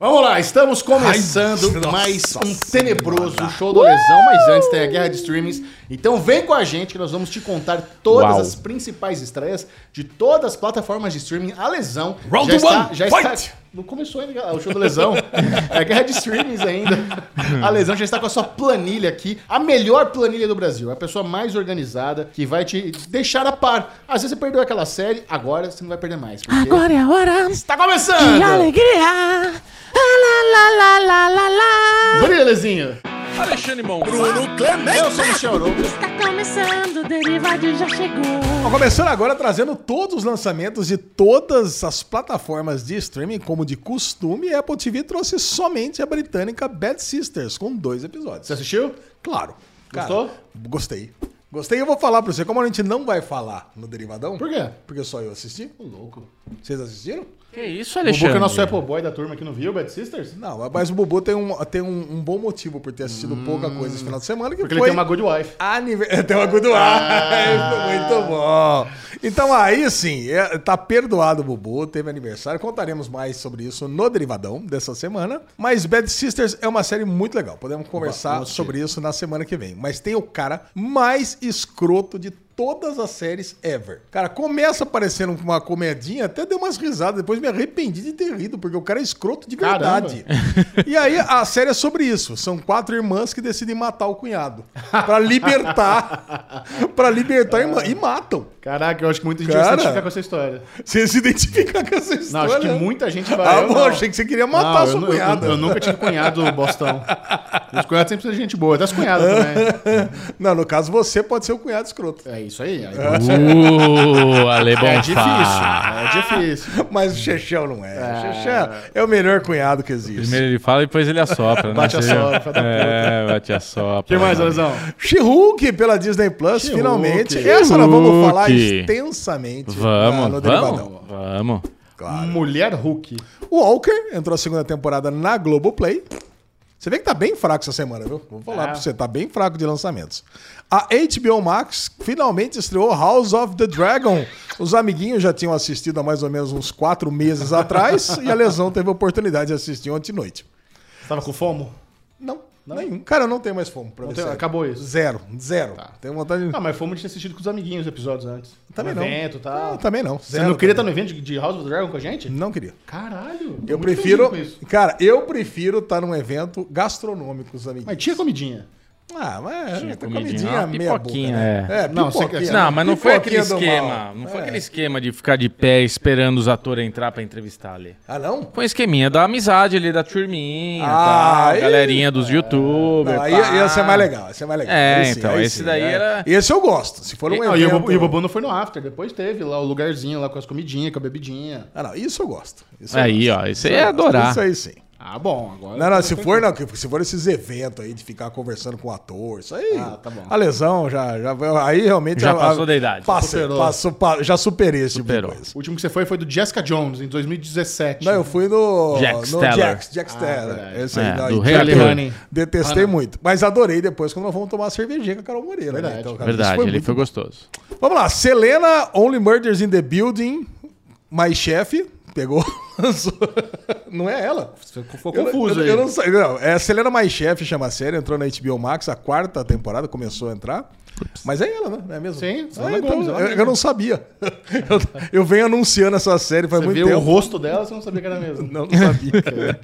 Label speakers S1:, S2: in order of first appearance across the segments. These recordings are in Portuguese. S1: Vamos lá, estamos começando
S2: Ai, nossa
S1: mais um
S2: senhora.
S1: tenebroso show do Lesão, mas antes tem a guerra de streamings. Então vem com a gente que nós vamos te contar todas
S3: Uau.
S1: as principais estreias de todas as plataformas de streaming. A Lesão
S2: Round
S1: já está,
S2: one,
S1: já está-
S2: fight!
S1: não começou ainda galera, o show do Lesão. É a guerra de streamings ainda. A Lesão já está com a sua planilha aqui, a melhor planilha do Brasil. É A pessoa mais organizada que vai te deixar a par. Às vezes você perdeu aquela série, agora você não vai perder mais. porque
S4: Agora é a hora
S1: Está começando!
S4: de alegria. Ah, lá, lá, lá, lá, lá, lá.
S1: Brilha, Lezinho!
S2: Alexandre Mon.
S1: Eu sou o Michel Arouca.
S4: Está começando, o Derivado já chegou.
S2: Bom, Começando agora trazendo todos os lançamentos de todas as plataformas de streaming, como de costume, a Apple TV trouxe somente a britânica Bad Sisters, com dois
S1: Você
S2: episódios.
S1: assistiu?
S2: Claro.
S1: Gostou?
S2: Gostei. Gostei e eu vou falar pra você. Como a gente não vai falar no Derivadão...
S1: Por quê?
S2: Porque só eu assisti.
S1: Louco.
S2: Vocês assistiram?
S3: Que isso,
S1: O Boca
S3: Alexandre?
S1: é nosso Apple Boy da turma aqui no Rio, Bad Sisters?
S2: Não, mas o Bubu tem um, tem um, um bom motivo por ter assistido pouca coisa esse final de semana, que
S1: Hum. Porque ele
S2: foi...
S1: tem uma good wife.
S2: Aniversário. Tem uma good wife. Muito bom. Então aí sim, é, tá perdoado o Bubu, teve aniversário. Contaremos mais sobre isso no Derivadão dessa semana. Mas Bad Sisters é uma série muito legal. Podemos conversar sobre isso na semana que vem. Mas tem o cara mais escroto de todas as séries ever. Cara, começa parecendo uma comedinha, até dei umas risadas, depois me arrependi de ter rido, porque o cara é escroto de
S1: Caramba.
S2: verdade. E aí a série é sobre isso. São quatro irmãs que decidem matar o cunhado Pra libertar, Pra libertar a irmã e matam.
S1: Caraca, eu acho que muita gente vai
S2: Cara.
S1: se identificar com essa história.
S2: Você se identifica com essa
S1: Não,
S2: história?
S1: acho que muita gente vai.
S2: Ah,
S1: eu
S2: bom,
S1: não.
S2: achei que você queria matar
S1: Não,
S2: sua
S1: eu, nu- eu-
S2: cunhada.
S1: Eu, nunca tive cunhado, Bostão. Os cunhados sempre são gente boa, até as cunhadas também.
S2: Não, no caso você pode ser o cunhado escroto.
S1: É isso aí. aí
S3: Uh, Ale
S1: é
S3: Bonfá.
S1: difícil. É difícil.
S2: Mas o Chechel não é. O Chechel é o melhor cunhado que existe.
S3: Primeiro ele fala e depois ele assopra, né?
S1: Bate a
S3: Você viu?
S1: sopra, da
S3: É, bate a sopra. né?
S1: O que mais, Alesão?
S2: She-Hulk pela Disney Plus,
S1: She-Hulk.
S2: finalmente. Essa nós vamos falar
S3: She-Hulk.
S2: extensamente na- no
S3: Vamos,
S2: é Derivadão.
S3: vamos, vamos.
S2: Claro.
S1: Mulher Hulk.
S2: O Walker entrou a segunda temporada na Globoplay. Você vê que tá bem fraco essa semana, viu? Vou falar
S1: Ah.
S2: pra você, tá bem fraco de lançamentos. A HBO Max finalmente estreou House of the Dragon. Os amiguinhos já tinham assistido há mais ou menos uns quatro meses atrás e a Lesão teve a oportunidade de assistir ontem à noite.
S1: Você tava com fomo?
S2: Não, nenhum. Cara, eu não tenho mais fome pra
S1: Não
S2: ver
S1: tem-
S2: série.
S1: acabou isso. Tá.
S2: Zero, zero. Tenho vontade de...
S1: Não, Ah, mas fomo de ter assistido com os amiguinhos os episódios antes.
S2: também
S1: no
S2: não.
S1: evento e tal.
S2: Não, também não.
S1: Você não queria estar no evento de- de House of the Dragon com a gente?
S2: Não queria.
S1: Caralho. tô
S2: Eu
S1: muito
S2: prefiro...
S1: feliz com isso.
S2: Cara, eu prefiro estar num evento gastronômico com os amiguinhos.
S1: Mas tinha comidinha.
S2: Ah, mas
S3: Tinha
S2: é, tá
S3: comidinha,
S2: comidinha
S3: uma
S2: meia boca,
S3: pipoquinha,
S2: né? É,
S1: Não, você
S2: pipoquinha.
S1: quer-
S3: Não, mas não foi aquele
S2: Pipoquinha do
S3: esquema.
S2: mal.
S3: Não
S2: É.
S3: foi aquele esquema de ficar de pé esperando os atores entrar pra entrevistar ali.
S2: Ah, não?
S3: Foi um esqueminha da amizade ali, da turminha,
S2: Ah,
S3: tal,
S2: aí-
S3: galerinha dos youtubers.
S2: Não, aí
S3: pá.
S2: ia ser mais legal, ia ser mais legal.
S3: É,
S2: sim,
S3: então, esse
S2: sim,
S3: daí
S2: é.
S3: era-
S2: Esse eu gosto. Se for um
S1: E,
S2: evento...
S1: ah, e o Bobo- e o Bobo não foi no after, depois teve lá o lugarzinho lá com as comidinhas, com a bebidinha.
S2: Ah, não, isso eu gosto. Isso eu
S3: Aí,
S2: gosto.
S3: ó, isso
S2: Isso
S3: aí
S2: eu
S3: ia
S2: gosto.
S3: adorar.
S2: Isso aí sim.
S1: Ah, bom, agora.
S2: Não, não, se for, não, que- se for esses eventos aí de ficar conversando com o ator, isso aí.
S1: Ah, tá bom.
S2: A lesão já, já aí realmente
S3: Já
S2: a- a-
S3: passou da idade.
S2: Passei,
S1: Superou.
S2: passou, pa- já superei esse
S3: Superou.
S2: tipo de coisa.
S1: O último que você foi foi do Jessica Jones, em 2017.
S2: Não, eu fui no
S3: Jack
S2: no
S3: Steller.
S2: Jack, Jack Steller.
S1: Ah, verdade.
S2: esse aí,
S3: É,
S2: não,
S3: do
S2: e-
S3: Rei
S1: Charlie
S3: Arthur.
S1: Honey.
S2: Detestei
S1: Ah, não.
S2: muito, mas adorei depois quando nós fomos tomar uma cervejinha com a Carol Moreira. né?
S1: Verdade.
S2: cara, isso
S3: Verdade, ele
S2: muito
S3: foi
S2: bom.
S3: gostoso.
S2: Vamos lá, Selena, Only Murders in the Building, My Chefe, pegou, lançou. Não é ela.
S1: Você ficou
S2: Eu-
S1: confuso
S2: eu,
S1: aí.
S2: eu não sei, não, é Selena My Chefe chama a série, entrou na HBO Max, a quarta temporada começou a entrar. Mas é ela, né? Não é mesmo?
S1: Sim,
S2: Ah,
S1: Selena
S2: então,
S1: Gomez, é ela
S2: eu,
S1: mesmo.
S2: eu não sabia. Eu, eu venho anunciando essa série faz
S1: Você
S2: muito
S1: viu o
S2: tempo.
S1: rosto dela, você não sabia que era mesmo.
S2: Não, não sabia.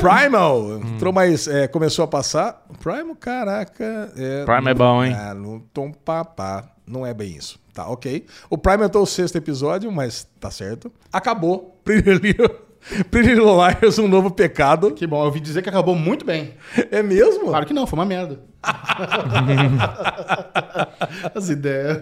S2: Primal
S3: Hum.
S2: entrou mais, é, começou a passar. Primal, caraca. É,
S3: Primal é bom, hein?
S2: Ah, não tom papá. Não é bem isso. Tá, ok. O Primal entrou o sexto episódio, mas tá certo. Acabou. Pretty Little- Pretty Little Liars, um novo pecado.
S1: Que bom, eu ouvi dizer que acabou muito bem.
S2: É mesmo?
S1: Claro que não, foi uma merda. As ideias.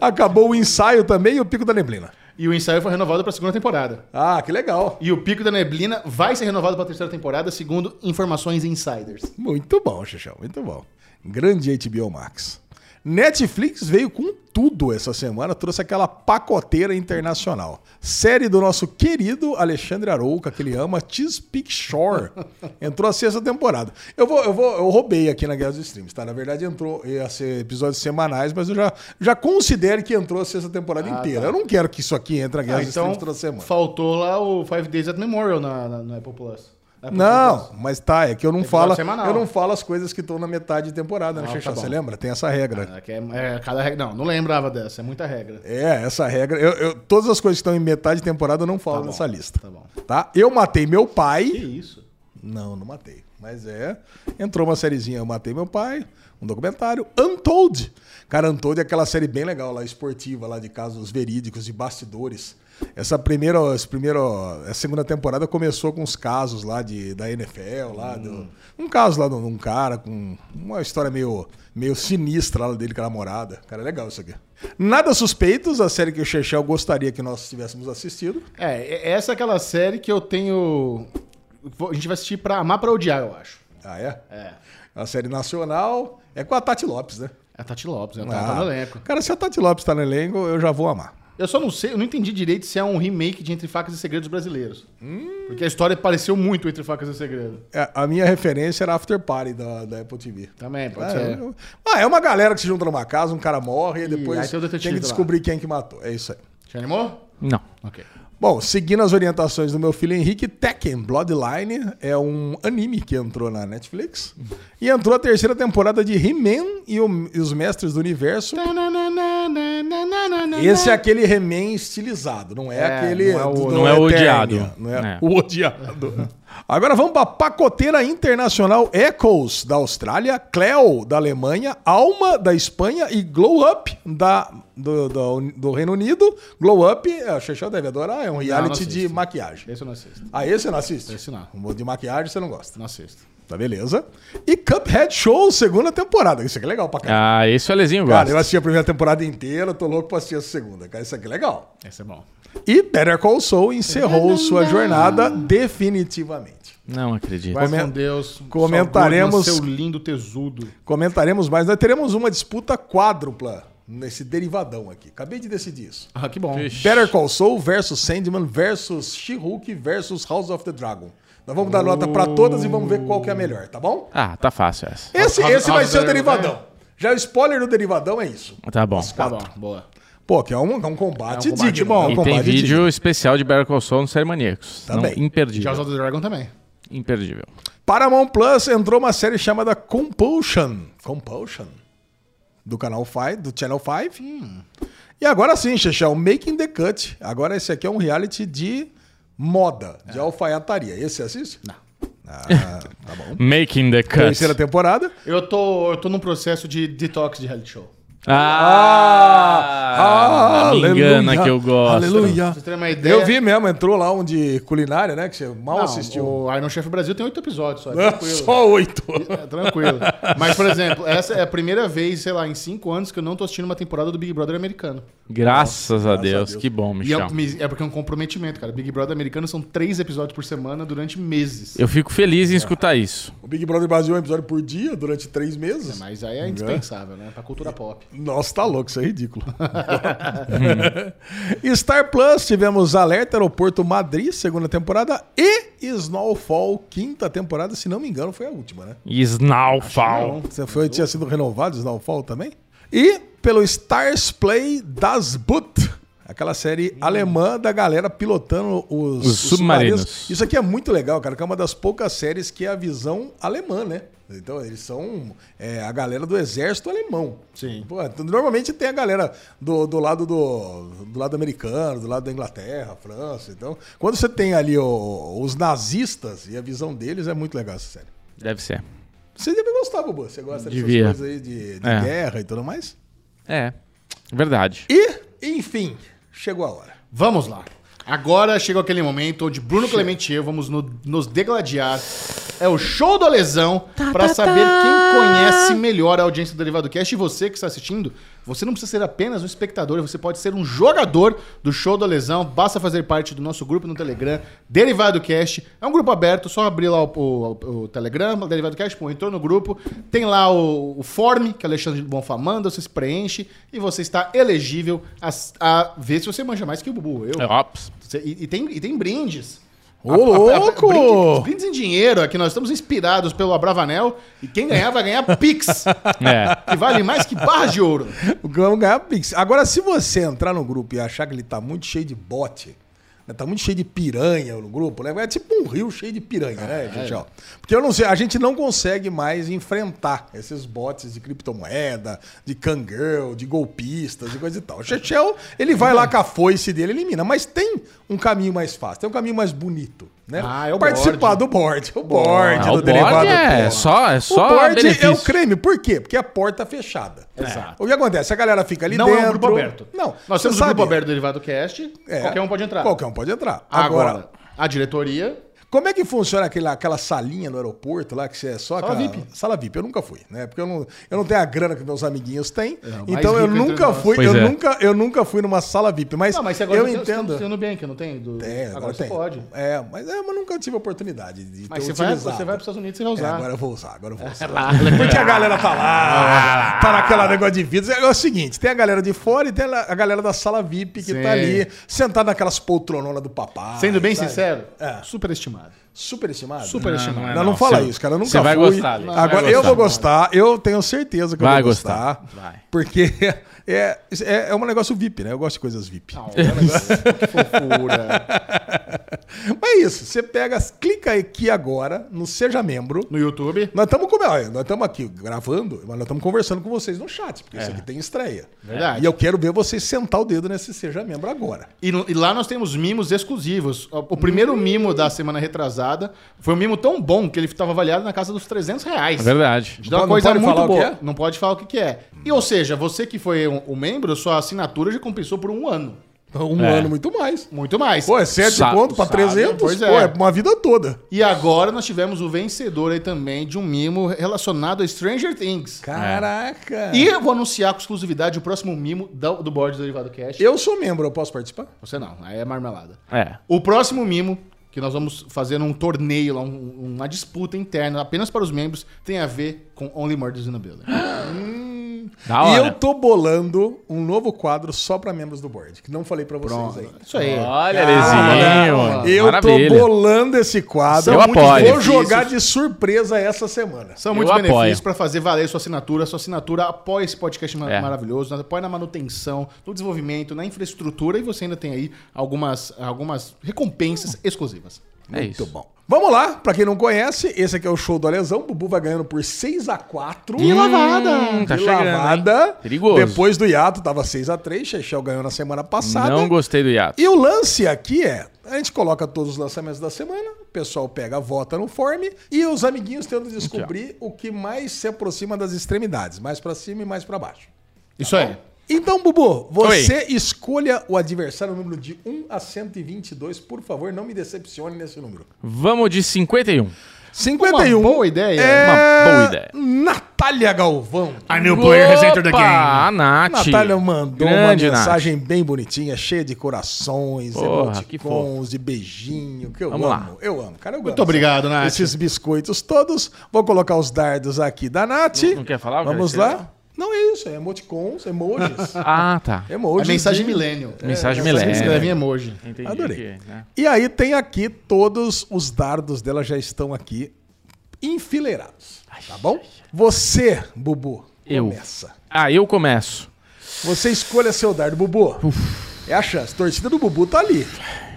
S2: Acabou o ensaio também e o Pico da Neblina.
S1: E o ensaio foi renovado pra segunda temporada.
S2: Ah, que legal.
S1: E o Pico da Neblina vai ser renovado pra terceira temporada, segundo informações insiders.
S2: Muito bom, Xixão, muito bom. Grande HBO Max. Netflix veio com tudo essa semana, trouxe aquela pacoteira internacional. Série do nosso querido Alexandre Arouca, que ele ama, Chesapeake Shore. Entrou a sexta temporada. Eu vou, eu vou, eu roubei aqui na Guerra dos Streams, tá? Na verdade entrou, ia ser episódios semanais, mas eu já, já considero que entrou a sexta temporada inteira. Eu não quero que isso aqui entre na Guerra
S1: tá. Ah,
S2: dos
S1: então,
S2: Streams toda semana.
S1: faltou lá o Five Days at Memorial na, na, no Apple Plus. Na Apple
S2: Não,
S1: Plus.
S2: mas tá, é que eu não
S1: Episódio
S2: falo,
S1: semanal.
S2: eu não falo as coisas que estão na metade de temporada, né,
S1: Ah,
S2: Xixá?
S1: tá bom.
S2: Você lembra? Tem essa regra.
S1: É, que é, é cada regra. Não, não lembrava dessa. É muita regra.
S2: É, essa regra. Eu, eu- todas as coisas que estão em metade de temporada eu não falo
S1: bom,
S2: nessa lista.
S1: Tá bom.
S2: Tá? Eu matei meu
S1: Que
S2: pai.
S1: isso?
S2: Não, não matei. Mas é. Entrou uma sériezinha Eu Matei Meu Pai, um documentário. Untold. Cara, Untold é aquela série bem legal lá, esportiva, lá de casos verídicos, de bastidores. Essa primeira, essa primeira, a segunda temporada começou com os casos lá de, da NFL, lá do, um caso lá de um cara com uma história meio, meio sinistra lá dele com a namorada. Cara, é legal isso aqui. Nada Suspeitos, a série que o Chechel gostaria que nós tivéssemos assistido.
S1: É, e- essa é aquela série que eu tenho. vou- A gente vai assistir pra amar pra odiar, eu acho.
S2: Ah, é?
S1: É.
S2: É uma série nacional. É com a Tati Lopes, né?
S1: É a Tati Lopes, né? Tá,
S2: Ah,
S1: tá no elenco.
S2: Cara, se a Tati Lopes tá no elenco, eu já vou amar.
S1: Eu só não sei, eu não entendi direito se é um remake de Entre Facas e Segredos brasileiros.
S2: Hum.
S1: Porque a história pareceu muito Entre Facas e Segredos.
S2: É, A minha referência era After Party da, da Apple TV.
S1: Também, pode
S2: Ah,
S1: ser.
S2: eu- ah, é uma galera que se junta numa casa, um cara morre e
S1: aí
S2: depois
S1: tem o
S2: tem,
S1: detetive
S2: que
S1: lá.
S2: descobrir quem que matou. É isso aí.
S1: Te animou?
S3: Não.
S1: Ok.
S2: Bom, seguindo as orientações do meu filho Henrique, Tekken Bloodline é um anime que entrou na Netflix. E entrou a terceira temporada de He-Man e, o- e os Mestres do Universo. Esse é aquele He-Man estilizado, não é,
S1: É,
S2: aquele.
S1: não é o-
S2: do-
S3: não é o odiado.
S2: Eternia, Não é
S3: É.
S2: o odiado. Agora vamos para pacoteira internacional Echoes da Austrália, Cleo da Alemanha, Alma da Espanha e Glow Up da, do, do- do Reino Unido. Glow Up, é, o Xexão deve adorar, é um reality
S1: não
S2: de
S1: assisto.
S2: maquiagem.
S1: Esse eu não assisto.
S2: Ah, esse você não assiste?
S1: Esse não.
S2: O de maquiagem você não gosta.
S1: Não assisto.
S2: Tá beleza. E Cuphead Show, segunda temporada. Isso aqui é legal pra caramba.
S3: Ah, esse o Alezinho
S2: Cara,
S3: gosta.
S2: eu assisti a primeira temporada inteira, tô louco pra assistir a segunda. Cara, isso aqui é legal.
S1: Esse é bom.
S2: E Better Call Saul encerrou sua jornada definitivamente.
S3: Não acredito.
S1: Vai
S2: Comen-
S1: com Deus.
S2: comentaremos-
S1: Saul Goodman, Seu lindo tesudo.
S2: Comentaremos mais, nós teremos uma disputa quádrupla nesse derivadão aqui. Acabei de decidir isso.
S1: Ah, que bom.
S3: Vixe.
S2: Better Call Saul versus Sandman versus She-Hulk versus House of the Dragon. Nós vamos dar nota pra todas e vamos ver qual que é a melhor, tá bom?
S3: Ah, tá fácil essa.
S2: Esse,
S1: House-
S2: esse
S1: House
S2: vai
S1: of
S2: ser
S1: the
S2: o
S1: Dragon,
S2: derivadão. Já o spoiler do derivadão é isso.
S3: Tá bom.
S1: Tá bom, boa.
S2: Pô, que é um, é um combate
S1: É um combate
S2: digno.
S1: bom.
S2: é um
S3: E tem
S2: combate
S3: vídeo
S2: digno.
S3: especial de Better Call Saul no Série Maníacos.
S2: Tá
S3: Não,
S2: bem.
S1: Jaws
S3: imperdível.
S1: of the Dragon também.
S3: Imperdível.
S2: Paramount Plus entrou uma série chamada Compulsion. Compulsion. Do canal 5, do Channel 5.
S1: Hum.
S2: E agora sim, Xexão, Making the Cut. Agora esse aqui é um reality de moda,
S1: É.
S2: de alfaiataria. Esse você assiste? Não. Ah, tá bom.
S3: Making the cut.
S2: Terceira temporada.
S1: Eu tô, eu tô num processo de detox de reality show.
S3: Ah! me engana que eu gosto.
S1: Pra
S2: Aleluia.
S1: vocês terem uma ideia.
S2: Eu vi mesmo, entrou lá um de culinária, né? Que você mal
S1: É. Não,
S2: assistiu.
S1: O Iron Chef Brasil tem oito episódios só. É tranquilo.
S2: Só oito.
S1: É, tranquilo. Mas, por exemplo, essa é a primeira vez, sei lá, em cinco anos que eu não tô assistindo uma temporada do Big Brother americano.
S3: Graças a
S2: a
S3: Deus.
S2: Deus.
S3: Que bom,
S1: E é,
S3: Michel.
S1: um- me- é porque é um comprometimento, cara. Big Brother americano são três episódios por semana durante meses.
S3: Eu fico feliz em escutar isso.
S2: O Big Brother Brasil é um episódio por dia durante três meses.
S1: Mas aí é indispensável, né? Pra cultura pop.
S2: Nossa, tá louco, isso é ridículo. Hum. Star Plus, tivemos Alerta Aeroporto Madrid, segunda temporada, e Snowfall, quinta temporada, se não me engano, foi a última, né?
S3: Snaufal.
S2: Você foi, tinha sido renovado Snowfall também? E pelo Stars Play Das Boot, aquela série alemã da galera pilotando os,
S3: Os submarinos.
S2: Isso aqui é muito legal, cara, que é uma das poucas séries que é a visão alemã, né? Então, eles são é, a galera do exército alemão.
S1: Sim.
S2: Pô, então, normalmente tem a galera do, do lado do, do lado americano, do lado da Inglaterra, França. Então, quando você tem ali o- os nazistas e a visão deles, é muito legal essa série.
S3: Deve ser.
S2: Você deve gostar, Bubu. Você gosta
S3: Devia.
S2: dessas coisas aí de, de
S3: É.
S2: guerra e tudo mais.
S3: É. Verdade.
S2: E, enfim, chegou a hora.
S1: Vamos lá. Agora chegou aquele momento onde Bruno Clemente e eu vamos no- nos degladiar É o show do Lesão
S4: Tá,
S1: pra
S4: tá,
S1: saber
S4: tá.
S1: quem conhece melhor a audiência do Derivado Cast. E você que está assistindo, você não precisa ser apenas um espectador, você pode ser um jogador do show do Lesão. Basta fazer parte do nosso grupo no Telegram, Derivado Cast. É um grupo aberto, só abrir lá o, o- o Telegram, Derivado Cast, pô, entrou no grupo. Tem lá o, o form que o Alexandre de Bonfá manda, você se preenche e você está elegível a, a ver se você manja mais que o Bubu. Eu.
S3: É, ops.
S1: Você- E, e tem, e tem brindes.
S2: Ô,
S1: A- a- a-
S2: louco!
S1: brinde- brindes em dinheiro aqui, nós estamos inspirados pelo Abravanel. E quem ganhar vai ganhar Pix,
S3: É.
S1: que vale mais que barras de ouro.
S2: O Vamos ganhar Pix. Agora, se você entrar no grupo e achar que ele tá muito cheio de bote, né, tá muito cheio de piranha no grupo, né? É tipo um rio cheio de piranha, né, gente? Ó. Porque eu não sei, a gente não consegue mais enfrentar esses bots de criptomoeda, de cangirl, de golpistas, de coisa e tal. O Chechel, ele vai lá com a foice dele e elimina. Mas tem um caminho mais fácil, tem um caminho mais bonito, né?
S1: Ah, é o
S2: Participar
S1: board.
S2: do board. O board
S3: Ah,
S2: do
S3: o
S2: derivado.
S3: board é
S2: Pô.
S3: só, é só
S2: o board é o
S3: benefício.
S2: creme. Por quê? Porque a porta é fechada. É.
S1: Exato.
S2: O que acontece? A galera fica ali
S1: não
S2: dentro.
S1: é um grupo aberto.
S2: Não.
S1: Nós
S2: você
S1: temos o
S2: sabe.
S1: grupo aberto do Derivado Cast,
S2: É.
S1: qualquer um pode entrar.
S2: Qualquer um pode entrar.
S1: Agora,
S2: Agora,
S1: a diretoria...
S2: como é que funciona aquela, aquela salinha no aeroporto lá que você é só
S1: Sala
S2: aquela-
S1: VIP.
S2: Sala VIP, eu nunca fui, né? Porque eu não, eu não tenho a grana que meus amiguinhos têm.
S1: É, o mais
S2: então eu
S1: rico entre
S2: nunca
S1: nós.
S2: fui,
S3: Pois
S2: eu
S3: é.
S2: nunca, eu nunca fui numa sala VIP, mas,
S1: Ah, mas você agora
S2: eu
S1: não tem-
S2: entendo.
S1: Você tem no Nubank, não tem? Do...
S2: É,
S1: agora
S2: agora
S1: você
S2: tem.
S1: pode.
S2: É, mas é, mas nunca tive a oportunidade de
S1: Mas
S2: ter
S1: você vai,
S2: utilizado.
S1: você vai É, para os Estados Unidos, você vai
S2: É,
S1: usar.
S2: agora eu vou usar, agora eu vou usar.
S3: Ah, é
S2: Porque a galera tá lá, tá naquela negócio de vidro. É o seguinte, tem a galera de fora e tem a galera da sala VIP que
S1: Sim.
S2: tá ali, sentada naquelas poltrononas do papai.
S1: Sendo bem
S2: sabe?
S1: sincero,
S2: É.
S1: superestimado.
S2: Superestimado?
S1: Superestimado.
S2: Não,
S3: Não,
S2: não,
S3: não é
S2: não,
S3: não.
S2: fala
S3: Você-
S2: isso, cara. Eu nunca
S3: você vai
S2: fui.
S3: gostar, Alex,
S2: Agora,
S3: vai
S2: eu
S3: gostar.
S2: vou gostar. Eu tenho certeza que eu
S3: Vai
S2: vou
S3: gostar.
S2: gostar.
S3: Vai.
S2: Porque é, é, é um negócio VIP, né? Eu gosto de coisas VIP.
S1: Ah,
S3: é.
S1: olha agora, que fofura.
S2: Mas é isso. Você pega, clica aqui agora no Seja Membro.
S1: No YouTube.
S2: Nós estamos como olha, nós estamos aqui gravando, mas nós estamos conversando com vocês no chat, porque isso aqui tem estreia.
S1: Verdade.
S2: E eu quero ver você sentar o dedo nesse seja membro agora.
S1: E, no- e lá nós temos mimos exclusivos. O o primeiro mimo da semana retrasada foi um mimo tão bom que ele estava avaliado na casa dos 300 reais.
S3: É verdade.
S1: Dá uma
S2: Não
S1: coisa
S2: pode
S1: muito
S2: falar o
S1: boa.
S2: que é?
S1: Não pode falar o que, que é. E ou seja, você que foi um, um membro, sua assinatura já compensou por um ano.
S2: Um
S3: É.
S2: ano muito mais.
S1: Muito mais.
S2: Pô, é 7
S3: Sabe,
S2: conto pra
S1: sabe,
S2: 300?
S1: pois
S2: Pô,
S1: é.
S2: é uma vida toda.
S1: E agora nós tivemos o vencedor aí também de um mimo relacionado a Stranger Things.
S2: Caraca.
S1: É. E eu vou anunciar com exclusividade o próximo mimo do, do board do Derivado Cash.
S2: eu sou membro, eu posso participar?
S1: Você não, aí é marmelada.
S3: É.
S1: O próximo mimo, que nós vamos fazer um torneio, lá, um- uma disputa interna apenas para os membros, tem a ver com Only Murders in the Building.
S2: Ah,
S3: Da
S2: e
S3: hora.
S2: eu tô bolando um novo quadro só pra membros do board, que não falei pra vocês
S1: Pronto.
S2: aí.
S1: Isso aí.
S3: Olha,
S1: Calma,
S3: Lezinho.
S2: Eu
S3: Maravilha.
S2: tô bolando esse quadro.
S3: Eu
S2: Muito
S3: apoio.
S2: Vou jogar de surpresa essa semana.
S1: São
S3: Eu
S1: muitos
S3: apoio.
S1: benefícios para fazer valer sua assinatura. Sua assinatura apoia esse podcast ma-
S3: É.
S1: maravilhoso, nós apoia na manutenção, no desenvolvimento, na infraestrutura e você ainda tem aí algumas, algumas
S2: Hum.
S1: recompensas exclusivas.
S3: É
S2: Muito
S3: isso.
S2: bom. Vamos lá, pra quem não conhece, esse aqui é o show do Alesão. O Bubu vai ganhando por 6 a 4
S1: E lavada!
S3: Hum, tá
S2: De
S3: chegando,
S2: lavada.
S3: hein? Perigoso.
S2: Depois do hiato, tava 6 a 3 Chechel ganhou na semana passada.
S3: Não gostei do hiato.
S2: E o lance aqui é: a gente coloca todos os lançamentos da semana, o pessoal pega, vota no form e os amiguinhos tentam descobrir o que mais se aproxima das extremidades, mais pra cima e mais pra baixo.
S1: Isso aí.
S2: Então, Bubu, você escolha o adversário no número de 1 a 122, por favor, não me decepcione nesse número.
S3: Vamos de 51.
S2: 51.
S1: Tá Uma boa ideia.
S2: É...
S3: Uma boa ideia.
S2: Natália Galvão.
S3: A new player has entered the game. A Nath.
S2: Natália mandou
S3: Grande
S2: uma
S3: Nath.
S2: mensagem bem bonitinha, cheia de corações,
S3: Porra, que
S2: emoticons, de beijinho, que eu
S3: Vamos
S2: amo.
S3: lá.
S2: Eu amo, cara, eu
S1: Muito obrigado, Nath. É
S2: Esses biscoitos todos. Vou colocar os dardos aqui da Nath.
S3: Não- não quer falar o que
S2: Vamos
S3: ela escreveu?
S2: lá? Não é isso, é emoticons, emojis.
S3: Ah, tá.
S1: É
S2: emojis
S1: mensagem
S2: de-
S1: milênio.
S3: É, Mensagem
S1: Vocês
S3: milênio.
S1: escrevem emoji.
S3: Entendi
S2: Adorei.
S3: que, né?
S2: E aí tem aqui todos os dardos dela já estão aqui enfileirados, tá bom? Você, Bubu,
S3: Eu.
S2: começa.
S3: Ah, eu começo.
S2: Você escolha seu dardo, Bubu. É a chance. A torcida do Bubu tá ali.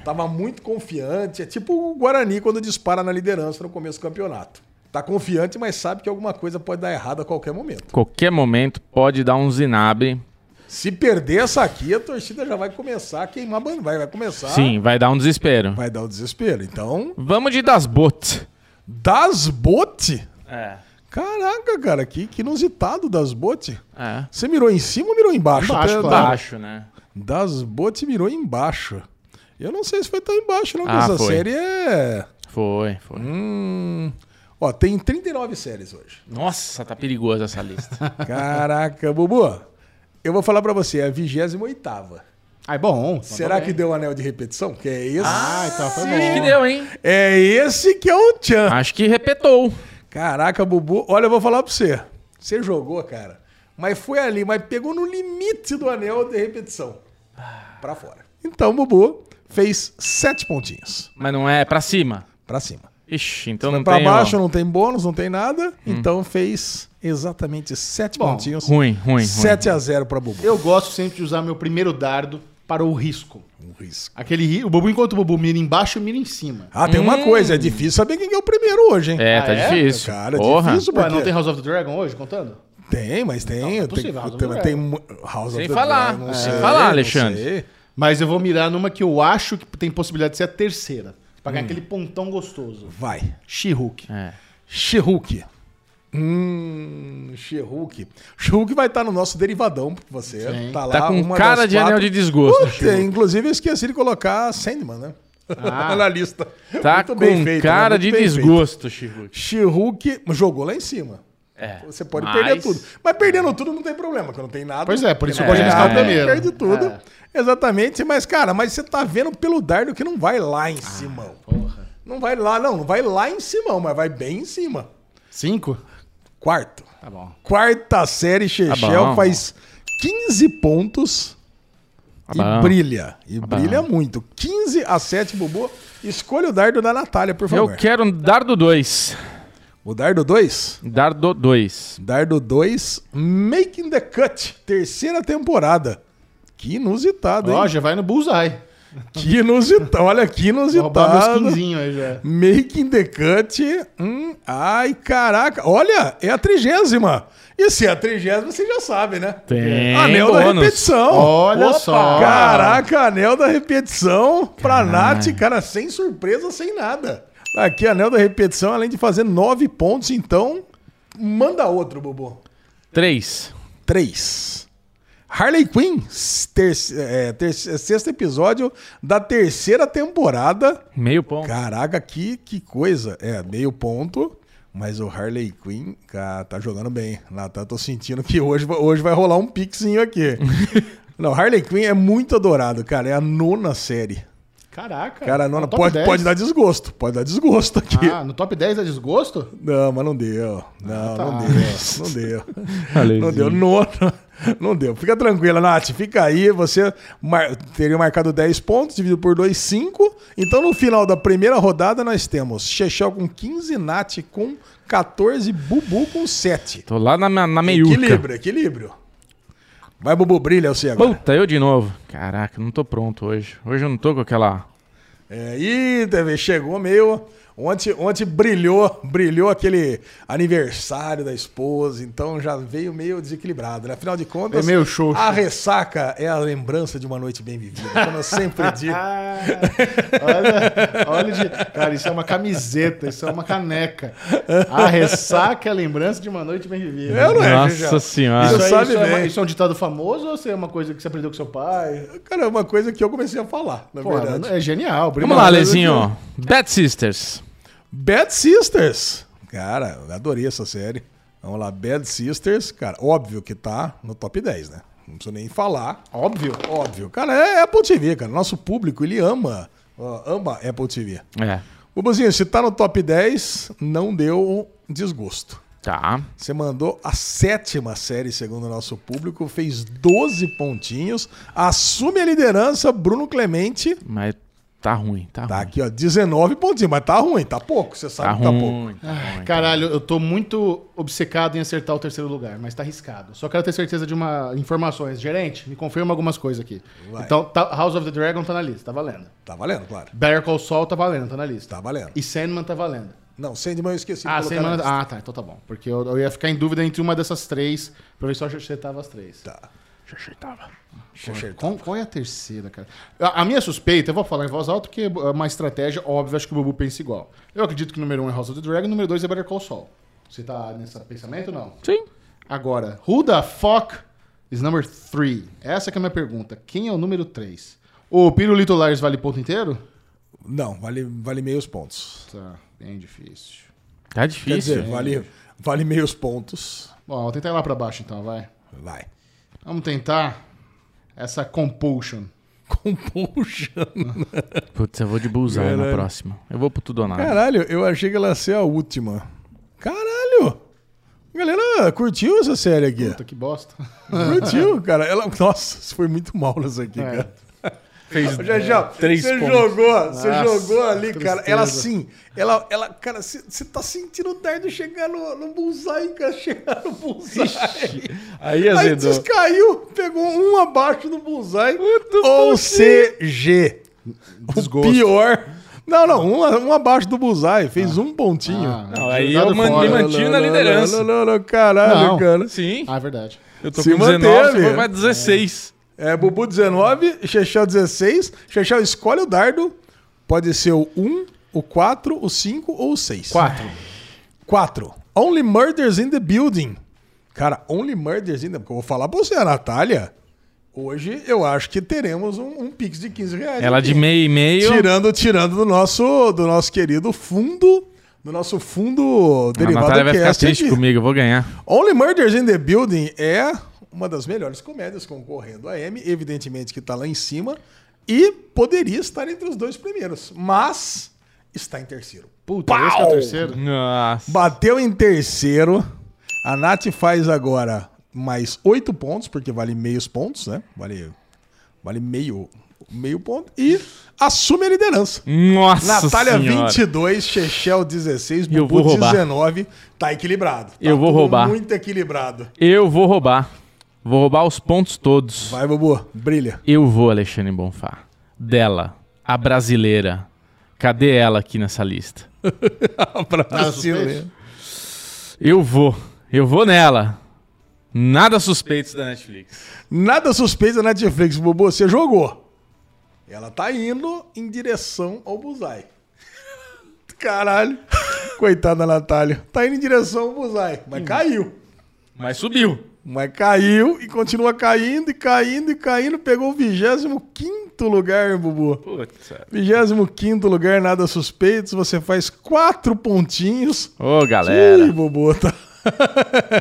S2: Tava muito confiante. É tipo o Guarani quando dispara na liderança no começo do campeonato. Tá confiante, mas sabe que alguma coisa pode dar errado a qualquer momento.
S3: Qualquer momento pode dar um zinabre.
S2: Se perder essa aqui, a torcida já vai começar a queimar bandeira. Vai, vai começar.
S3: Sim, vai dar um desespero.
S2: Tá. Vai dar o desespero. Então,
S3: Vamos de das bot.
S2: das bote.
S3: É.
S2: Caraca, cara, que, que inusitado das bote.
S3: É.
S2: Você mirou em cima ou mirou embaixo?
S1: Embaixo,
S2: Até-
S1: claro.
S3: Baixo, né?
S2: Das bote mirou embaixo. Eu não sei se foi tão embaixo, não, porque
S3: Ah,
S2: essa
S3: foi.
S2: série é.
S3: Foi, foi.
S2: Hum. Ó, tem 39 séries hoje.
S3: Nossa, tá perigosa essa lista.
S2: Caraca, Bubu. Eu vou falar pra você, é a 28
S1: Ah, é bom.
S2: Será que deu anel de repetição? Que é esse?
S1: Ah, então foi
S3: Acho que
S1: bom.
S3: deu, hein?
S2: É esse que é o Tchan.
S3: Acho que repetou.
S2: Caraca, Bubu. Olha, eu vou falar pra você. Você jogou, cara. Mas foi ali, mas pegou no limite do anel de repetição. Pra fora. Então, Bubu fez sete pontinhos.
S3: Mas não é pra cima.
S2: Pra cima.
S3: Ixi, então não
S2: pra
S3: tem. ó, Hum.
S2: baixo não tem bônus, não tem nada. Então fez exatamente sete pontinhos.
S3: Ruim, ruim, ruim.
S2: 7 a 0 pra Bubu.
S1: Eu gosto sempre de usar meu primeiro dardo para o risco.
S2: Um risco.
S1: Aquele ri- o Bubu, enquanto o Bubu mira embaixo, eu miro em cima.
S2: Ah, tem uma coisa. É difícil saber quem é o primeiro hoje, hein?
S3: Hum. É,
S1: Ah,
S3: tá
S1: é?
S3: difícil.
S2: Cara, é
S3: Porra.
S2: difícil,
S1: Ué,
S2: porque...
S1: não tem House of the Dragon hoje, contando?
S2: Tem, mas tem.
S1: Não, não é possível, House
S2: tem,
S1: of
S2: tem,
S1: the
S2: tem House of
S3: Sem
S2: the
S3: falar,
S2: Dragon,
S3: sem falar,
S2: não
S3: Alexandre.
S2: sei.
S1: Mas eu vou mirar numa que eu acho que tem possibilidade de ser a terceira. Pra
S2: Hum.
S1: ganhar aquele pontão gostoso.
S2: Vai.
S1: She-Hulk.
S3: É.
S2: She-Hulk. Hum, She-Hulk. She-Hulk vai estar no nosso derivadão, porque você
S1: Sim.
S2: tá lá.
S3: Tá com
S2: uma
S3: cara
S2: das
S3: de anel de desgosto,
S2: Puta, inclusive eu esqueci de colocar Sandman, né?
S1: Ah.
S2: Na lista.
S3: Tá
S2: Muito
S3: com
S2: bem feito, né?
S3: cara
S2: Muito
S3: de
S2: bem
S3: desgosto, Chico.
S2: feito. She-Hulk jogou lá em cima.
S3: É.
S2: Você pode
S3: mas-
S2: perder tudo. Mas perdendo tudo não tem problema, que não tem nada.
S1: Pois é, por isso
S3: eu
S2: é,
S3: gosto de arriscar o
S1: primeiro.
S2: Perde tudo.
S1: É.
S2: Exatamente. Mas, cara, mas você tá vendo pelo dardo que não vai lá
S3: Ah,
S2: em cima. Não vai lá, não. Não vai lá em cima, mas vai bem em cima.
S1: Cinco?
S2: Quarto.
S1: Tá bom.
S2: Quarta série, Chechel
S3: bom.
S2: faz 15 pontos e
S3: bom.
S2: brilha. E
S3: bom.
S2: brilha muito. 15 a 7, Bubu. Escolha o dardo da Natália, por favor.
S3: Eu quero um dardo 2.
S2: O dardo 2.
S3: Dardo 2.
S2: Dardo 2, Making the Cut, terceira temporada. Que inusitado, hein?
S1: Ó, já vai no Bullseye.
S2: Que inusitado. Olha que
S1: Roubar meus
S2: inusitado.
S1: quinzinhos aí já.
S2: Making the Cut. Hum, ai, caraca. Olha, é a trigésima. E se é a trigésima, você já sabe, né?
S3: Tem
S2: Anel da
S3: bônus.
S2: repetição.
S1: Olha
S3: Opa,
S1: só.
S2: Caraca, anel da repetição pra Nath, cara, sem surpresa, sem nada. Aqui, anel da repetição, além de fazer nove pontos, então, manda outro, Bubu.
S3: 3.
S2: 3. Harley Quinn, terce- é, terce- sexto episódio da terceira temporada.
S3: Meio ponto.
S2: Caraca, que, que coisa. É, meio ponto. Mas o Harley Quinn, cara, tá jogando bem. Natan, tô sentindo que hoje, va- hoje vai rolar um pixinho aqui. Não, Harley Quinn é muito adorado, cara. É a nona série.
S1: Caraca.
S2: Cara, a nona
S1: No Ah, top
S2: pode,
S1: 10?
S2: pode dar desgosto. Pode dar desgosto aqui.
S1: Ah, no top 10 é desgosto?
S2: Não, mas não deu. Não, não deu. Não deu. Não deu. Nono. Não deu. Fica tranquila, Nath. Fica aí. Você mar- teria marcado 10 pontos, dividido por 2, 5. Então, no final da primeira rodada, nós temos Chechel com 15, Nath com 14, Bubu com 7.
S3: Tô lá na, na meiuca.
S2: Equilíbrio, equilíbrio. Vai, Bubu, brilha você agora.
S3: Puta, eu de novo. Caraca, não tô pronto hoje. Hoje eu não tô com aquela...
S2: É, ih, TV, chegou meio. Ontem, ontem brilhou, brilhou aquele aniversário da esposa, então já veio meio desequilibrado, né? Afinal de contas,
S1: É meio xoxo.
S2: a ressaca é a lembrança de uma noite bem vivida, como eu sempre digo.
S1: Ah, olha, olha de... Cara, isso é uma camiseta, isso é uma caneca. A ressaca é a lembrança de uma noite bem vivida.
S2: Eu não é,
S3: Nossa
S2: Gegel.
S3: senhora.
S1: Isso,
S2: Você
S1: aí,
S2: sabe
S1: isso, é uma-
S2: bem.
S1: isso é um ditado famoso ou isso é uma coisa que você aprendeu com seu pai?
S2: Cara, é uma coisa que eu comecei a falar, na
S1: Pô,
S2: verdade.
S1: é genial.
S3: Vamos lá, Lezinho. Bad Sisters.
S2: Bad Sisters. Cara, eu adorei essa série. Vamos lá, Bad Sisters. Cara, óbvio que tá no top 10, né? Não preciso nem falar.
S1: Óbvio.
S2: Óbvio. Cara, é Apple TV, cara. Nosso público, ele ama. ó, ama Apple TV.
S3: É.
S2: Bubuzinho, se tá no top 10, não deu um desgosto.
S3: Tá.
S2: Você mandou a sétima série, segundo o nosso público, fez 12 pontinhos. Assume a liderança, Bruno Clemente.
S3: Mas tá ruim, tá,
S2: Tá
S3: ruim.
S2: aqui, ó, 19 pontinhos, mas tá ruim, tá pouco, você
S3: Tá
S2: sabe que tá pouco.
S3: ruim. tá ruim.
S1: Caralho, eu tô muito obcecado em acertar o terceiro lugar, mas tá arriscado. Só quero ter certeza de uma informações. Gerente, me confirma algumas coisas aqui.
S2: Vai.
S1: Então, tá- House of the Dragon tá na lista, tá valendo.
S2: Tá valendo, claro.
S1: Better Call Saul tá valendo, tá na lista.
S2: Tá valendo.
S1: E Sandman tá valendo.
S2: Não, Sandman eu esqueci de
S1: ah,
S2: colocar
S1: Sandman...
S2: na lista.
S1: Ah, tá, então tá bom. Porque eu, eu ia ficar em dúvida entre uma dessas três, pra ver se eu acertava as três.
S2: Tá.
S3: Acertava.
S2: Xexer, tá.
S1: Qual, qual é a terceira, cara? A, a minha suspeita, eu vou falar em voz alta, porque é uma estratégia óbvia, acho que o Bubu pensa igual. Eu acredito que o número um é House of the Dragon, o número dois é Better Call Saul. Você tá nesse pensamento ou não?
S3: Sim.
S1: Agora, who the fuck is number three? Essa que é a minha pergunta. Quem é o número 3? O Pirulito Lars vale ponto inteiro?
S2: Não, vale, vale meio os pontos.
S1: Tá, bem difícil.
S3: Tá
S2: Quer
S3: difícil.
S2: dizer, vale, vale meios pontos.
S1: Bom, vou tentar ir lá pra baixo então, vai.
S2: Vai.
S1: Vamos tentar essa compulsion. um
S2: Compulsion.
S3: Putz, eu vou de bullseye
S2: Caralho.
S3: na próxima. Eu vou pro tudo ou nada.
S2: Caralho, eu achei que ela ia ser a última. Caralho! Galera, curtiu essa série aqui?
S1: Puta que bosta.
S2: Curtiu, cara. Ela... Nossa, isso foi muito mal essa aqui,
S1: É.
S2: cara.
S3: Fez
S2: Já, já,
S3: três
S2: você
S3: pontos.
S2: jogou, você
S1: Nossa,
S2: jogou ali,
S1: que
S2: cara.
S1: tristeza.
S2: Ela sim, ela, ela, cara, você você tá sentindo o dardo chegar no, no bullseye, cara, chegar no bullseye.
S3: Aí
S2: Aí
S3: azedou.
S2: descaiu, pegou um abaixo do bullseye. Ou CG. O
S1: Desgosto.
S2: pior. Não, não, um, um abaixo do bullseye, fez um pontinho.
S1: Ah,
S3: Não, aí
S1: jogado
S3: eu man-
S1: fora.
S3: me mantive na
S2: Não, não,
S3: liderança.
S2: Não, não, não, caralho,
S1: Não.
S2: cara.
S3: Sim,
S1: Ah, é verdade.
S3: eu tô
S2: se
S3: com 19,
S2: manteve.
S3: você foi pra 16.
S2: É, Bubu 19, Xexel 16. Xexel escolhe o dardo. Pode ser o 1, o 4, o 5 ou o 6.
S1: Quatro.
S2: 4. Only Murders in the Building. Cara, Only Murders in the Building. Eu vou falar pra você, a Natália. Hoje eu acho que teremos um, um pix de 15 reais.
S3: Ela
S2: aqui.
S3: de meio e meio.
S2: Tirando, tirando do nosso, do nosso querido fundo. Do nosso fundo
S3: A
S2: derivado
S3: Natália vai ficar
S2: cast
S3: triste
S2: aqui.
S3: comigo, eu vou ganhar.
S2: Only Murders in the Building é uma das melhores comédias concorrendo a M, evidentemente que tá lá em cima, e poderia estar entre os dois primeiros, mas está em terceiro.
S1: Puta, esse que é o terceiro.
S3: Nossa.
S2: Bateu em terceiro, a Nath faz agora mais oito pontos, porque vale meios pontos, né? Vale, vale meio, meio ponto, e assume a liderança.
S3: Nossa
S2: Natália
S3: senhora.
S2: 22, Chechel 16,
S3: Eu vou
S2: Bubu
S3: roubar.
S2: 19, tá equilibrado. Tá
S3: Eu vou
S2: tudo
S3: roubar.
S2: Muito equilibrado.
S3: Eu vou roubar. Vou roubar os pontos todos.
S2: Vai, Bubu, brilha.
S3: Eu vou, Alexandre Bonfá. Dela, a brasileira. Cadê ela aqui nessa lista? Um
S2: Brasileiro.
S3: Eu vou. Eu vou nela. Nada suspeitos da Netflix.
S2: Nada suspeita na Netflix, Bubu, você jogou. Ela tá indo em direção ao Buzai. Caralho. Coitada da Natália. Tá indo em direção ao Buzai, mas caiu.
S3: Mas subiu.
S2: Mas caiu e continua caindo e caindo e caindo. Pegou o 25 lugar, Bubu.
S3: Putz.
S2: 25 lugar, nada suspeitos. Você faz quatro pontinhos.
S3: Ô,
S2: Ih,
S3: galera.
S2: Bubu, tá.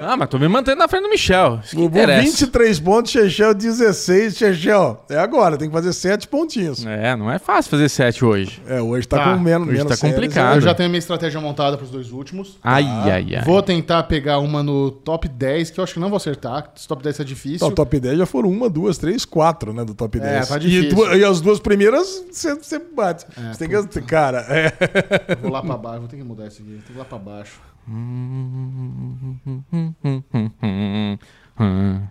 S3: Ah, mas tô me mantendo na frente do Michel. Isso que
S2: Bubu,
S3: interessa.
S2: 23 pontos, Chechel 16. Chechel, é agora, tem que fazer 7 pontinhos.
S3: É, não é fácil fazer sete hoje.
S2: É, hoje tá,
S1: Tá,
S2: com menos.
S3: hoje
S2: menos
S3: tá
S2: séries,
S3: complicado.
S2: né?
S1: Eu já tenho a minha estratégia montada pros dois últimos.
S2: Tá.
S3: Ai, ai, ai.
S1: Vou tentar pegar uma no top 10, que eu acho que não vou acertar. Esse top 10 é difícil.
S2: Então, top 10 já foram uma, duas, três, quatro, né? Do top 10.
S1: tá
S2: E,
S1: difícil.
S2: du- e as duas primeiras você bate. Você tem
S1: tá.
S2: que. Cara, é.
S1: Vou lá pra baixo, vou ter que mudar isso aqui. Tem que ir lá pra baixo.
S3: Hum,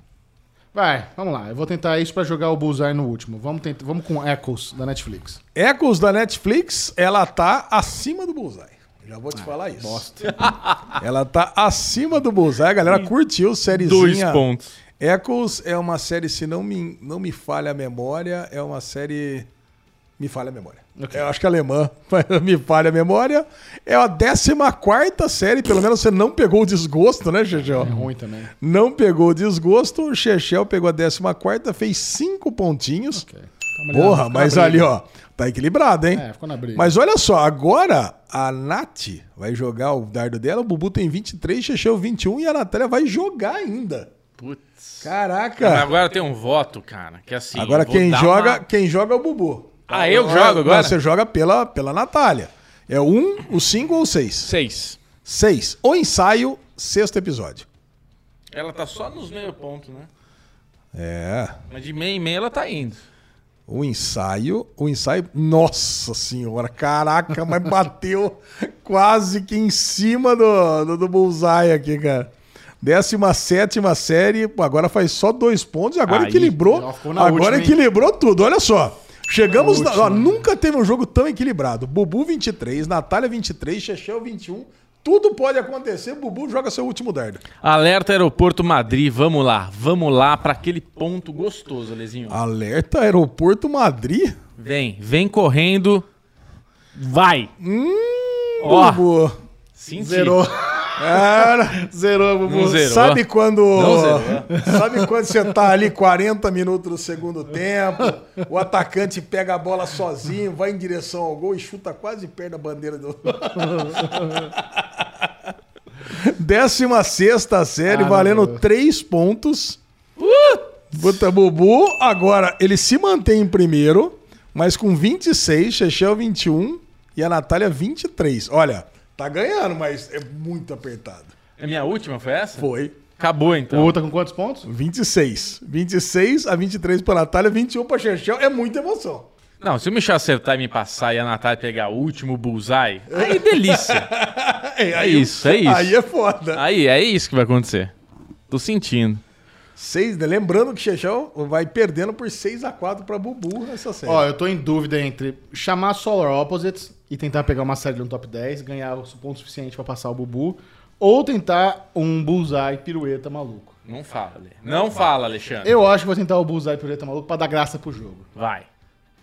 S1: Vai, vamos lá. Eu vou tentar isso pra jogar o Bullseye no último. Vamos, tentar, vamos com Echoes da Netflix.
S2: Echoes da Netflix, ela tá acima do Bullseye. Já vou te
S1: Ah,
S2: falar isso. Ela tá acima do Bullseye. A galera curtiu, sériezinha.
S3: Dois pontos.
S2: Echoes é uma série, se não me, não me falha a memória, é uma série. Me falha a memória. Eu acho que é alemã, mas me falha a memória. É a 14 série, pelo menos você não pegou o desgosto, né, Chechel?
S1: É ruim também.
S2: Não pegou o desgosto, o Chechel pegou a 14, fez cinco pontinhos. Porra, mas ali, ó, tá equilibrado, hein?
S1: É, ficou na briga.
S2: Mas olha só, agora a Nath vai jogar o dardo dela, o Bubu tem 23, Chechel 21 e a Natália vai jogar ainda.
S3: Putz.
S2: Caraca!
S3: Mas Agora tem um voto, cara, que assim.
S2: Agora
S3: eu vou
S2: quem
S3: dar
S2: joga,
S3: uma-
S2: quem joga é o Bubu.
S3: Ah, eu jogo agora?
S2: Não, você joga pela, pela Natália. É o um, o cinco ou o seis?
S3: Seis.
S2: Seis. O ensaio, sexto episódio.
S3: Ela tá só nos meio pontos, né?
S2: É.
S3: Mas de meio e meio ela tá indo.
S2: O ensaio, o ensaio. Nossa senhora, caraca, mas bateu quase que em cima do, do, do bullseye aqui, cara. 17 série, pô, agora faz só dois pontos e agora
S3: Aí,
S2: equilibrou.
S1: ó, ficou na
S2: Agora
S1: última, hein?
S2: equilibrou tudo, olha só. Chegamos. Na, ó, nunca teve um jogo tão equilibrado. Bubu 23, Natália 23, Chechel 21. Tudo pode acontecer. Bubu joga seu último dardo.
S3: Alerta Aeroporto Madrid, vamos lá. Vamos lá pra aquele ponto gostoso, Lezinho.
S2: Ah. Alerta, Aeroporto Madrid.
S3: Vem, vem correndo. Vai.
S2: Hum,
S3: Ó.
S2: Bubu.
S3: Senti.
S1: Zerou.
S2: Cara.
S1: Zerou, Bubu.
S3: Não zerou.
S2: Sabe quando.
S3: Não zerou.
S2: Sabe quando você tá ali 40 minutos do segundo tempo, o atacante pega a bola sozinho, vai em direção ao gol e chuta quase perto da bandeira do. Décima sexta série,
S1: Ah,
S2: valendo
S1: meu.
S2: três pontos. Puta Bubu, agora ele se mantém em primeiro, mas com 26, Chechel 21 e a Natália 23. Olha, tá ganhando, mas é muito apertado.
S3: A É minha última foi essa?
S2: Foi.
S3: Acabou então.
S1: O outro tá com quantos pontos?
S2: 26. 26 a 23 pra Natália, 21 pra Chechel. É muita emoção.
S3: Não, se o Michel acertar e me passar e a Natália pegar o último bullseye, aí delícia.
S2: É,
S3: É isso, é isso.
S2: Aí é foda.
S3: Aí é isso que vai acontecer. Tô sentindo.
S2: Seis, né? Lembrando que Chechel vai perdendo por 6x4 pra Bubu nessa série.
S1: Ó, eu tô em dúvida entre chamar Solar Opposites e tentar pegar uma série de um top 10, ganhar o ponto suficiente pra passar o Bubu, ou tentar um Bullseye pirueta maluco.
S3: Não fala, Ale. Não fala, Alexandre.
S1: Eu acho que vou tentar o Bullseye pirueta maluco pra dar graça pro jogo.
S3: Vai,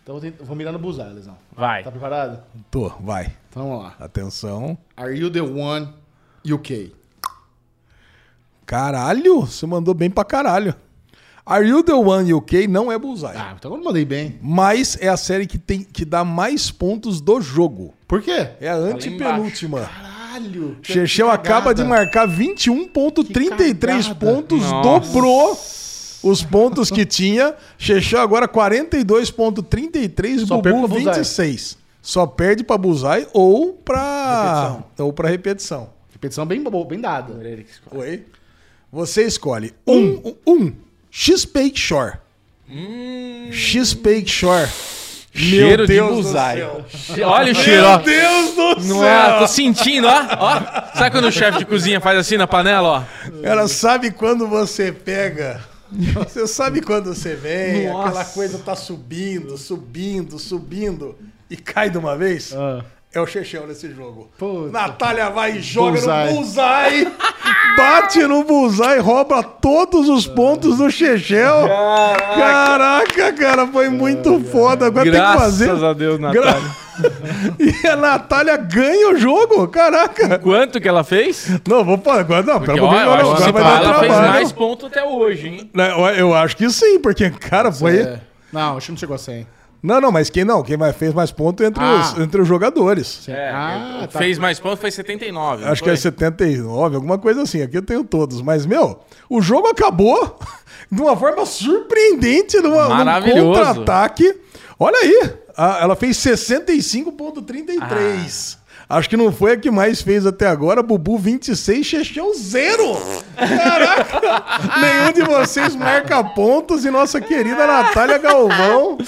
S1: Então eu vou, tentar, vou mirar no Bullseye, Lesão.
S3: vai.
S1: Tá preparado?
S2: Tô, vai.
S1: Então vamos lá.
S2: Atenção.
S1: Are you the one UK?
S2: Caralho, você mandou bem pra caralho. Are You The One UK não é Bullseye.
S1: Ah, então eu não mandei bem.
S2: Mas é a série que, tem, que dá mais pontos do jogo.
S1: Por quê?
S2: É a antepenúltima.
S1: Caralho. Então, que-
S2: Chechel
S1: que
S2: acaba de
S1: cagada.
S2: marcar 21.33
S1: cagada.
S2: pontos,
S3: Nossa.
S2: dobrou os pontos que tinha. Chechel agora 42.33,
S1: Só perco
S2: Bubu
S1: pra Bullseye.
S2: 26. Só perde pra Bullseye ou pra ou pra repetição.
S1: Repetição bem, bo- bem dada.
S2: Oi. Você escolhe um, um, um X-Pake Shore.
S1: Hum.
S2: X-Pake Shore.
S3: Cheiro de
S2: Deus do
S3: bullseye.
S2: céu.
S3: Che- Olha o cheiro, ó.
S2: Deus do
S3: Não é? Tô sentindo, ó. ó. Sabe quando o chefe de cozinha faz assim na panela, ó?
S2: Ela sabe quando você pega. Você sabe quando você vem, aquela coisa tá subindo, subindo, subindo e cai de uma vez.
S1: Ah.
S2: É o Chechel nesse jogo.
S1: Puta.
S2: Natália vai e joga
S1: Bullseye.
S2: no bullseye, bate no bullseye, rouba todos os pontos do Chechel. Caraca, cara, foi muito foda. Agora tem que fazer.
S3: Graças a Deus, Natália.
S2: Gra- e a Natália ganha o jogo, caraca.
S3: Quanto que ela fez?
S2: Não, vou falar agora. Não,
S3: Porque,
S2: pelo
S3: ó,
S2: amor de
S3: eu
S2: Deus,
S3: acho que
S2: agora
S3: ela
S2: vai dar trabalho.
S3: fez mais ponto até hoje, hein?
S2: Né, Eu, eu acho que sim, porque, cara, foi.
S1: É. Não, acho que não chegou a 100.
S2: Não, não, mas quem não? Quem mais fez mais pontos entre,
S1: Ah.
S2: os, entre os jogadores.
S3: É,
S1: Ah, tá.
S3: fez mais ponto foi 79. não
S2: Acho que
S3: foi?
S2: é 79, alguma coisa assim. Aqui eu tenho todos. Mas, meu, o jogo acabou de uma forma surpreendente, numa, num
S3: Maravilhoso.
S2: contra-ataque. Olha aí, a- ela fez 65,33.
S1: Ah.
S2: Acho que não foi a que mais fez até agora. Bubu 26, Chechão 0. Caraca! Nenhum de vocês marca pontos. E nossa querida Natália Galvão.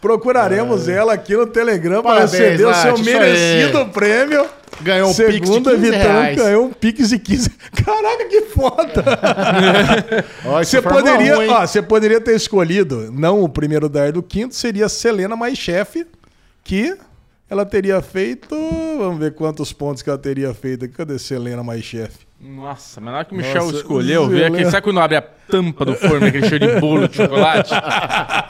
S2: Procuraremos ela aqui no Telegram para
S1: Parabéns,
S2: receber o seu
S1: Nath, isso aí.
S2: merecido prêmio.
S1: Ganhou um pix de
S2: Segunda
S1: 15
S2: Vitão
S1: reais.
S2: ganhou um Pix de 15. Caraca, que
S1: É,
S2: foda!
S1: Ó, isso
S2: Você
S1: é Fórmula
S2: poderia,
S1: 1, hein?
S2: ó, você poderia ter escolhido, não o primeiro dar do quinto, seria Selena mais chefe, que ela teria feito. Vamos ver quantos pontos que ela teria feito aqui. Cadê Selena mais chefe?
S3: Nossa, mas na hora que o Michel
S2: Nossa,
S3: escolheu, veio
S2: Zelena.
S3: aqui. Sabe quando abre a tampa do forno, aquele cheiro de bolo de chocolate?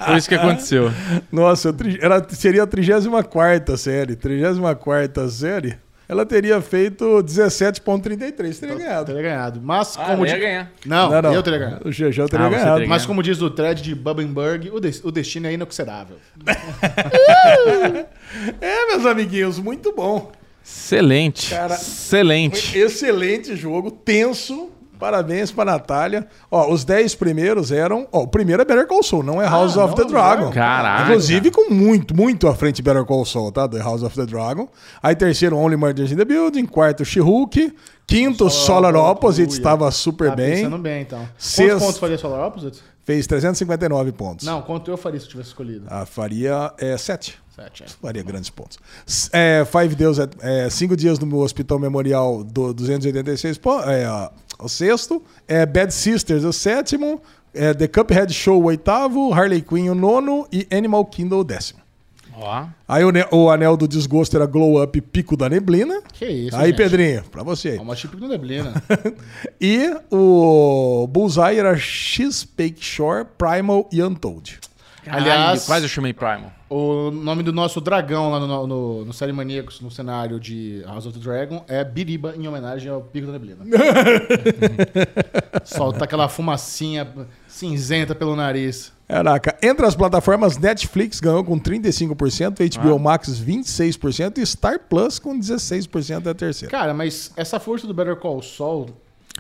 S3: Foi isso que aconteceu.
S2: Nossa, tri- ela seria a 34 série. 34 série. Ela teria feito 17,33. Teria ganhado.
S1: Teria ganhado. Mas
S3: Ah,
S1: como.
S3: eu ia
S1: di-
S3: ganhar.
S1: Não, eu teria ganhado.
S2: O Xexão teria
S3: Ah, você
S2: ganhado.
S3: teria
S1: Mas como diz o thread de Bubbenberg, o, des- o destino é inexorável.
S2: É, meus amiguinhos, muito bom.
S3: Excelente.
S2: Cara,
S3: excelente.
S2: Excelente jogo, tenso. Parabéns pra Natália. Ó, os 10 primeiros eram. Ó, o primeiro é Better Call Saul, não é House
S1: Ah, não,
S2: of the
S1: não.
S2: Dragon.
S3: Caraca.
S2: Inclusive com muito, muito à frente de Better Call Saul, tá? Do House of the Dragon. Aí terceiro, Only Murders in the Building. Quarto, She-Hulk. Quinto, Solar Opposite,
S1: Aleluia.
S2: estava super
S1: tá
S2: bem.
S1: pensando bem, então.
S2: Sexto-
S1: Quantos pontos faria Solar Opposites?
S2: Fez 359 pontos.
S1: Não, quanto eu faria se eu tivesse escolhido?
S2: A faria é, 7.
S1: Sete. é.
S2: Faria grandes pontos. S- É, Five Deus, é, é, cinco dias no Hospital Memorial do 286 pontos. É, ó, o sexto. É, Bad Sisters, o sétimo. É, The Cuphead Show, o oitavo. Harley Quinn, o nono. E Animal Kingdom, o décimo.
S3: Ó.
S2: Aí o, ne- o Anel do Desgosto era Glow Up Pico da Neblina.
S1: Que isso,
S2: aí,
S1: gente.
S2: Pedrinho, pra você. aí.
S1: É uma típica do Neblina.
S2: E o Bullseye era X-Pake Shore, Primal e Untold.
S1: Aliás-
S3: Aliás, quase eu chamei Primal.
S1: o nome do nosso dragão lá no, no, no Série Maníacos, no cenário de House of the Dragon, é Biriba, em homenagem ao Pico da Neblina. Solta aquela fumacinha cinzenta pelo nariz.
S2: Caraca, entre as plataformas, Netflix ganhou com 35%,
S3: Ah.
S2: HBO Max 26% e Star Plus com 16% é a terceira.
S1: Cara, mas essa força do Better Call Saul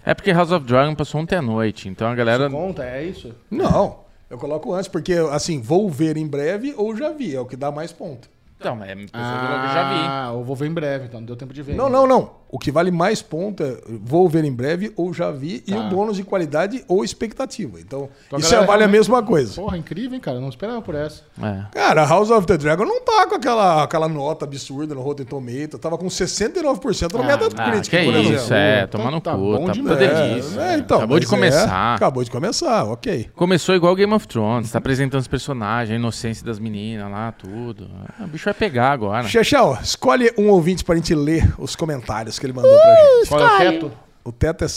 S3: É porque House of Dragon passou ontem à noite, então a galera.
S1: Conta, é isso?
S2: Não, eu coloco antes, porque, assim, vou ver em breve ou já vi, é o que dá mais ponto.
S3: Então, é, pessoa que eu já vi.
S1: Ah, eu vou ver em breve, então. Não deu tempo de ver.
S2: Não, não, não. O que vale mais ponto é vou ver em breve ou já vi, e
S3: Tá.
S2: o bônus de qualidade ou expectativa. Então,
S1: Então, a
S2: isso
S1: galera
S2: vale a
S1: realmente-
S2: mesma coisa.
S1: Porra, incrível, hein, cara? Eu Não esperava por essa.
S2: Ah.
S3: É.
S2: Cara, House of the Dragon não tá com aquela, aquela nota absurda no Rotten Tomato. Tava com 69% no
S3: Ah,
S2: Metacritic,
S3: que
S2: por exemplo.
S3: isso, é,
S1: Então
S3: tomar no
S1: tá
S3: cu,
S1: bom
S3: tá
S1: demais.
S3: puta
S1: É,
S3: delícia.
S2: é, então,
S3: Acabou de
S2: mas é,
S3: começar.
S2: acabou de começar, ok.
S3: Começou igual Game of Thrones, tá apresentando os personagens, a inocência das meninas lá, tudo. Ah, o bicho vai pegar agora.
S2: Chechel, escolhe um ouvinte pra gente ler os comentários que ele mandou pra
S3: Uh!
S2: gente.
S1: Qual é o teto?
S2: O teto é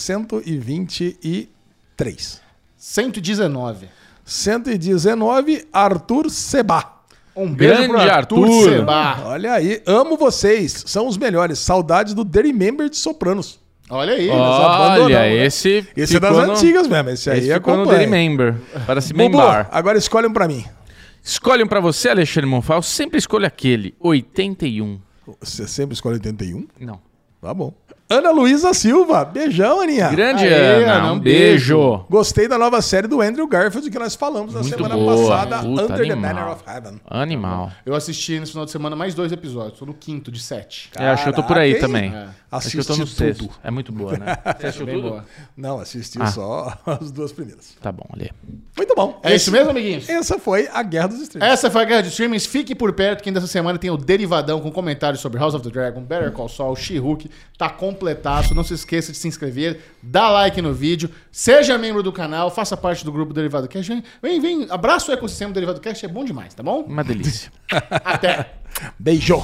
S2: 123.
S1: 119.
S2: 119, Arthur Seba.
S1: Um
S3: Grande Arthur.
S1: Seba.
S3: Ah.
S2: Olha aí, amo vocês, são os melhores. Saudades do The Remember de Sopranos.
S1: Olha aí.
S2: abandonaram,
S3: Olha,
S2: né?
S3: esse.
S2: Esse é das
S3: ficou no-
S2: antigas mesmo, esse aí
S3: Esse
S2: é
S3: ficou no Daily Member, para se
S2: Bubu,
S3: membar.
S2: agora escolhe um pra mim.
S3: Escolhe um pra você, Alexandre Monfá. Eu sempre escolho aquele, 81.
S2: Você sempre escolhe 81?
S3: Não.
S2: Tá bom. Ana Luísa Silva, beijão, Aninha.
S3: Grande
S1: Aê,
S3: Ana,
S1: Ana,
S3: um
S1: um
S3: beijo.
S2: Gostei da nova série do Andrew Garfield que nós falamos na
S3: Muito
S2: semana
S3: boa.
S2: passada,
S3: Puta,
S2: Under the
S3: animal.
S2: Manor of Heaven.
S3: Animal.
S1: Eu assisti nesse final de semana mais dois episódios. Tô no quinto de sete.
S3: É, acho que eu tô por aí
S2: Caraca,
S3: também.
S2: hein?
S1: É.
S3: Acho que eu tô
S2: Assisti
S3: no sexto.
S2: tudo.
S3: É muito boa, né? Você achou
S1: Bem
S3: tudo?
S1: boa.
S2: Não, assisti
S3: Ah.
S2: só as duas primeiras.
S3: Tá bom, Alê.
S2: Muito bom.
S1: É isso mesmo, amiguinhos?
S2: Essa foi a Guerra dos Streams.
S1: Essa foi a Guerra de Streamings. Fique por perto que ainda essa semana tem o Derivadão com comentários sobre House of the Dragon, Better Call Saul, She-Hulk. Tá completaço. Não se esqueça de se inscrever, dá like no vídeo, seja membro do canal, faça parte do grupo Derivado Cast. Vem, Vem, vem, abraça o ecossistema do Derivado Cast, é bom demais, tá bom?
S3: Uma delícia.
S1: Até!
S2: Beijo.